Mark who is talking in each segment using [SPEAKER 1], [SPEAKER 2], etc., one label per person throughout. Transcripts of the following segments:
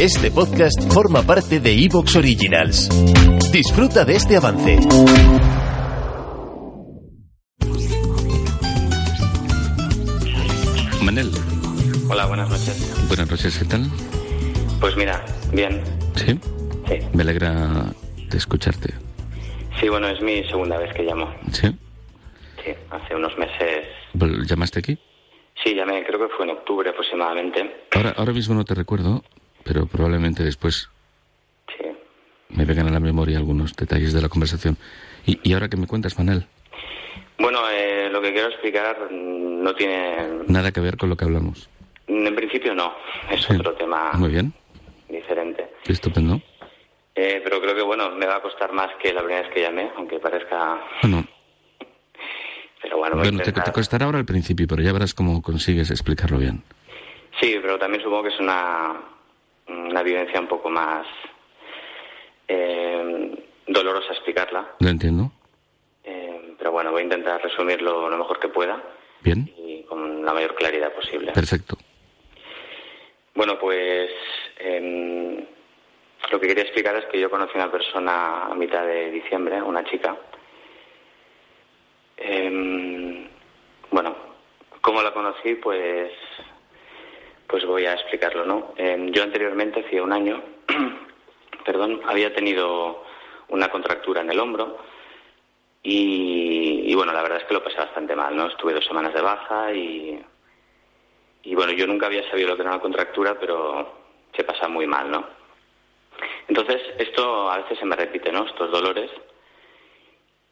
[SPEAKER 1] Este podcast forma parte de Evox Originals. Disfruta de este avance.
[SPEAKER 2] Manel,
[SPEAKER 3] Hola, buenas noches.
[SPEAKER 2] buenas noches, ¿qué tal?
[SPEAKER 3] Pues mira, bien,
[SPEAKER 2] Sí,
[SPEAKER 3] sí.
[SPEAKER 2] me alegra de escucharte.
[SPEAKER 3] Sí, bueno, es mi segunda vez que llamo.
[SPEAKER 2] ¿Sí?
[SPEAKER 3] Sí, hace unos meses.
[SPEAKER 2] Vol- ¿Llamaste aquí?
[SPEAKER 3] Sí, llamé, creo que fue en octubre aproximadamente.
[SPEAKER 2] Ahora, ahora mismo no te recuerdo, pero probablemente después
[SPEAKER 3] Sí.
[SPEAKER 2] me vengan a la memoria algunos detalles de la conversación. ¿Y, y ahora que me cuentas, Manel?
[SPEAKER 3] Bueno, eh, lo que quiero explicar mm, no tiene.
[SPEAKER 2] Nada que ver con lo que hablamos.
[SPEAKER 3] En principio no, es
[SPEAKER 2] Sí.
[SPEAKER 3] otro tema
[SPEAKER 2] Muy bien,
[SPEAKER 3] diferente.
[SPEAKER 2] estupendo.
[SPEAKER 3] Eh, pero creo que, bueno, me va a costar más que la primera vez que llamé, aunque parezca.
[SPEAKER 2] Bueno,
[SPEAKER 3] Pero bueno, voy a
[SPEAKER 2] bueno te, te
[SPEAKER 3] intentar.
[SPEAKER 2] costará ahora al principio, pero ya verás cómo consigues explicarlo bien.
[SPEAKER 3] Sí, pero también supongo que es una, una vivencia un poco más. eh, dolorosa explicarla.
[SPEAKER 2] ¿Lo entiendo?
[SPEAKER 3] Eh, pero bueno, voy a intentar resumirlo lo mejor que pueda
[SPEAKER 2] ¿Bien?
[SPEAKER 3] y con la mayor claridad posible.
[SPEAKER 2] Perfecto.
[SPEAKER 3] Bueno, pues em, lo que quería explicar es que yo conocí a una persona a mitad de diciembre, una chica. Em, bueno, ¿cómo la conocí? Pues, pues voy a explicarlo, ¿no? Em, yo anteriormente, hacía un año, perdón, había tenido una contractura en el hombro y, y bueno, la verdad es que lo pasé bastante mal, ¿no? Estuve dos semanas de baja y y bueno, yo nunca había sabido lo que era una contractura, pero se pasa muy mal, ¿no? Entonces, esto a veces se me repite, ¿no? Estos dolores.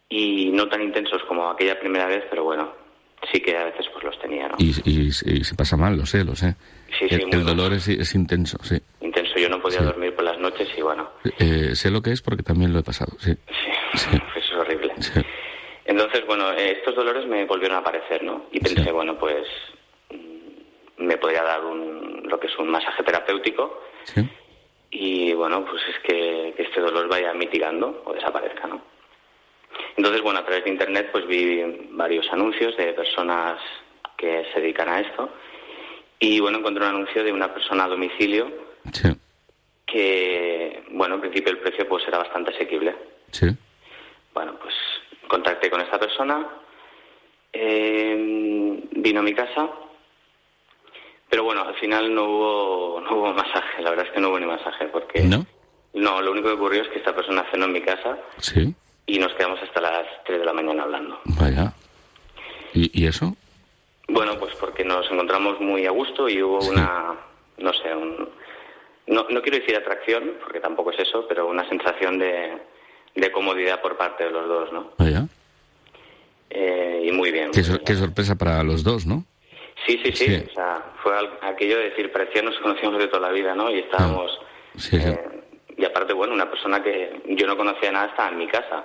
[SPEAKER 3] Y no tan intensos como aquella primera vez, pero bueno, sí que a veces pues los tenía, ¿no?
[SPEAKER 2] Y, y- y se pasa mal, lo sé, lo sé.
[SPEAKER 3] Sí, sí,
[SPEAKER 2] el,
[SPEAKER 3] muy
[SPEAKER 2] el
[SPEAKER 3] mal.
[SPEAKER 2] dolor es, es intenso, sí.
[SPEAKER 3] Intenso, yo no podía
[SPEAKER 2] Sí.
[SPEAKER 3] dormir por las noches y bueno,
[SPEAKER 2] Eh, sé lo que es porque también lo he pasado, sí.
[SPEAKER 3] sí,
[SPEAKER 2] Sí.
[SPEAKER 3] pues es horrible.
[SPEAKER 2] Sí.
[SPEAKER 3] Entonces, bueno, eh, estos dolores me volvieron a aparecer, ¿no? Y pensé,
[SPEAKER 2] Sí.
[SPEAKER 3] bueno, pues mm, me podría dar un, lo que es un masaje terapéutico
[SPEAKER 2] Sí.
[SPEAKER 3] y bueno, pues es que, que este dolor vaya mitigando o desaparezca, ¿no? Entonces, bueno, a través de internet pues vi varios anuncios de personas que se dedican a esto y bueno, encontré un anuncio de una persona a domicilio
[SPEAKER 2] Sí.
[SPEAKER 3] que, bueno, en principio el precio pues era bastante asequible.
[SPEAKER 2] Sí.
[SPEAKER 3] Bueno, pues contacté con esta persona, eh, vino a mi casa, pero bueno, al final no hubo, no hubo masaje, la verdad es que no hubo ni masaje porque...
[SPEAKER 2] ¿No?
[SPEAKER 3] No, lo único que ocurrió es que esta persona cenó en mi casa
[SPEAKER 2] Sí.
[SPEAKER 3] y nos quedamos hasta las 3 de la mañana hablando.
[SPEAKER 2] Vaya. ¿Y, y eso?
[SPEAKER 3] Bueno, pues porque nos encontramos muy a gusto y hubo
[SPEAKER 2] Sí.
[SPEAKER 3] una, no sé, un- no, no quiero decir atracción, porque tampoco es eso, pero una sensación de, de comodidad por parte de los dos, ¿no?
[SPEAKER 2] Vaya.
[SPEAKER 3] Eh, y muy bien.
[SPEAKER 2] Qué,
[SPEAKER 3] muy
[SPEAKER 2] sor-
[SPEAKER 3] bien.
[SPEAKER 2] qué sorpresa para los dos, ¿no?
[SPEAKER 3] Sí, sí, sí,
[SPEAKER 2] Sí.
[SPEAKER 3] O sea, fue al- aquello de decir, parecía nos conocíamos de toda la vida, ¿no? Y estábamos...
[SPEAKER 2] Sí, sí.
[SPEAKER 3] eh, y aparte, bueno, una persona que yo no conocía nada estaba en mi casa.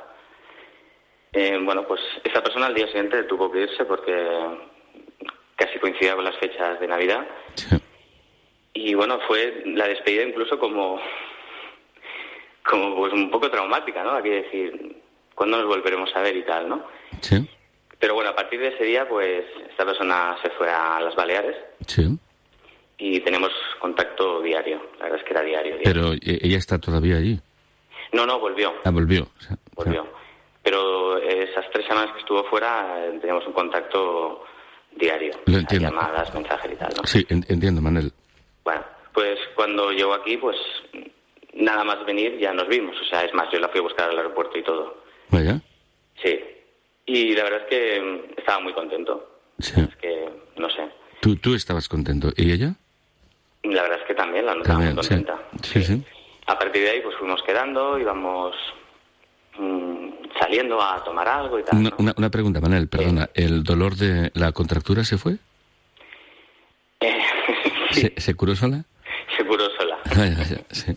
[SPEAKER 3] Eh, bueno, pues esa persona al día siguiente tuvo que irse porque casi coincidía con las fechas de Navidad.
[SPEAKER 2] Sí.
[SPEAKER 3] Y bueno, fue la despedida incluso como... Como pues un poco traumática, ¿no? Aquí decir, ¿cuándo nos volveremos a ver y tal, no?
[SPEAKER 2] Sí.
[SPEAKER 3] Pero bueno, a partir de ese día, pues esta persona se fue a las Baleares
[SPEAKER 2] Sí.
[SPEAKER 3] y tenemos contacto diario. La verdad es que era diario. diario.
[SPEAKER 2] Pero eh, ella está todavía allí.
[SPEAKER 3] No, no, volvió.
[SPEAKER 2] Ah, volvió. o sea,
[SPEAKER 3] volvió. Pero esas tres semanas que estuvo fuera eh, teníamos un contacto diario.
[SPEAKER 2] Lo
[SPEAKER 3] O sea,
[SPEAKER 2] entiendo.
[SPEAKER 3] Llamadas, mensajes y tal. ¿no?
[SPEAKER 2] Sí, en- entiendo, Manel.
[SPEAKER 3] Bueno, pues cuando llegó aquí, pues nada más venir ya nos vimos. O sea, es más, yo la fui a buscar al aeropuerto y todo.
[SPEAKER 2] Vaya.
[SPEAKER 3] Sí. Y la verdad es que mm, estaba muy contento.
[SPEAKER 2] Sí.
[SPEAKER 3] Es que, no sé.
[SPEAKER 2] Tú, tú estabas contento. ¿Y ella?
[SPEAKER 3] La verdad es que también la notaba muy
[SPEAKER 2] También, sí.
[SPEAKER 3] contenta.
[SPEAKER 2] Sí, sí.
[SPEAKER 3] A partir de ahí, pues fuimos quedando, íbamos mm, saliendo a tomar algo y tal.
[SPEAKER 2] Una,
[SPEAKER 3] ¿no?
[SPEAKER 2] una- una pregunta, Manel, perdona. ¿El dolor de la contractura se fue?
[SPEAKER 3] Eh,
[SPEAKER 2] ¿Se, se curó sola?
[SPEAKER 3] se curó sola.
[SPEAKER 2] Vaya, vaya, sí.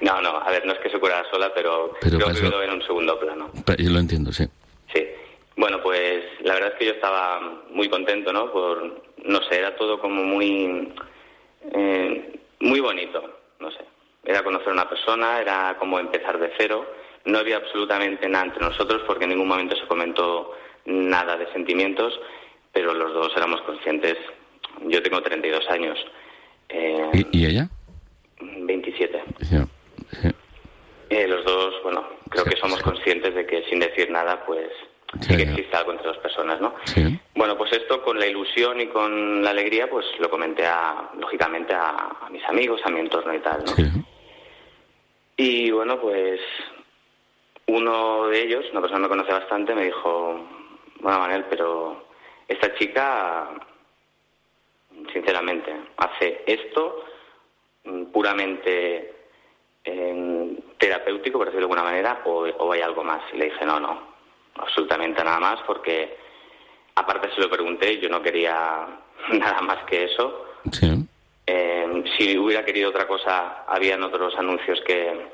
[SPEAKER 3] No, no, a ver, no es que se curara sola, pero,
[SPEAKER 2] Pero
[SPEAKER 3] creo
[SPEAKER 2] pasó-
[SPEAKER 3] que quedó en un segundo plano.
[SPEAKER 2] Pa- Yo lo entiendo, sí.
[SPEAKER 3] Sí. Bueno, pues la verdad es que yo estaba muy contento, ¿no? Por, no sé, era todo como muy, eh, muy bonito, no sé. Era conocer a una persona, era como empezar de cero. No había absolutamente nada entre nosotros porque en ningún momento se comentó nada de sentimientos, pero los dos éramos conscientes. Yo tengo 32 años, eh,
[SPEAKER 2] ¿Y, y ella?
[SPEAKER 3] 27. Eh, los dos, bueno, creo
[SPEAKER 2] Sí,
[SPEAKER 3] que somos
[SPEAKER 2] sí.
[SPEAKER 3] conscientes de que sin decir nada, pues sí
[SPEAKER 2] Sí,
[SPEAKER 3] que
[SPEAKER 2] ya.
[SPEAKER 3] existe algo entre las personas, ¿no?
[SPEAKER 2] Sí.
[SPEAKER 3] Bueno, pues esto con la ilusión y con la alegría, pues lo comenté, a, lógicamente, a, a mis amigos, a mi entorno y tal, ¿no?
[SPEAKER 2] Sí.
[SPEAKER 3] Y bueno, pues uno de ellos, una persona que me conoce bastante, me dijo, bueno, Manel, pero esta chica, sinceramente, hace esto mm, puramente eh, terapéutico, por decirlo de alguna manera, o, o hay algo más. Y le dije, no, no, absolutamente nada más, porque aparte se lo pregunté, yo no quería nada más que eso.
[SPEAKER 2] Sí.
[SPEAKER 3] Eh, si hubiera querido otra cosa, habían otros anuncios que,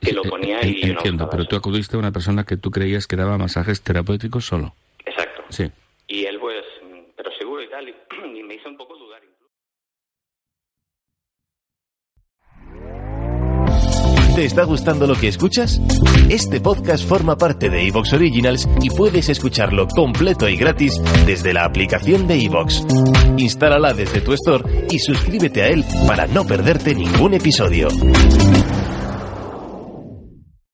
[SPEAKER 3] que lo
[SPEAKER 2] Eh,
[SPEAKER 3] ponía
[SPEAKER 2] eh,
[SPEAKER 3] y yo no
[SPEAKER 2] Entiendo,
[SPEAKER 3] usaba
[SPEAKER 2] pero
[SPEAKER 3] eso.
[SPEAKER 2] tú acudiste a una persona que tú creías que daba masajes terapéuticos solo.
[SPEAKER 3] Exacto.
[SPEAKER 2] Sí.
[SPEAKER 3] Y él, pues, mm, pero seguro y tal, y, y me hizo un poco dudar. incluso.
[SPEAKER 1] ¿Te está gustando lo que escuchas? Este podcast forma parte de Evox Originals y puedes escucharlo completo y gratis desde la aplicación de Evox. Instálala desde tu store y suscríbete a él para no perderte ningún episodio.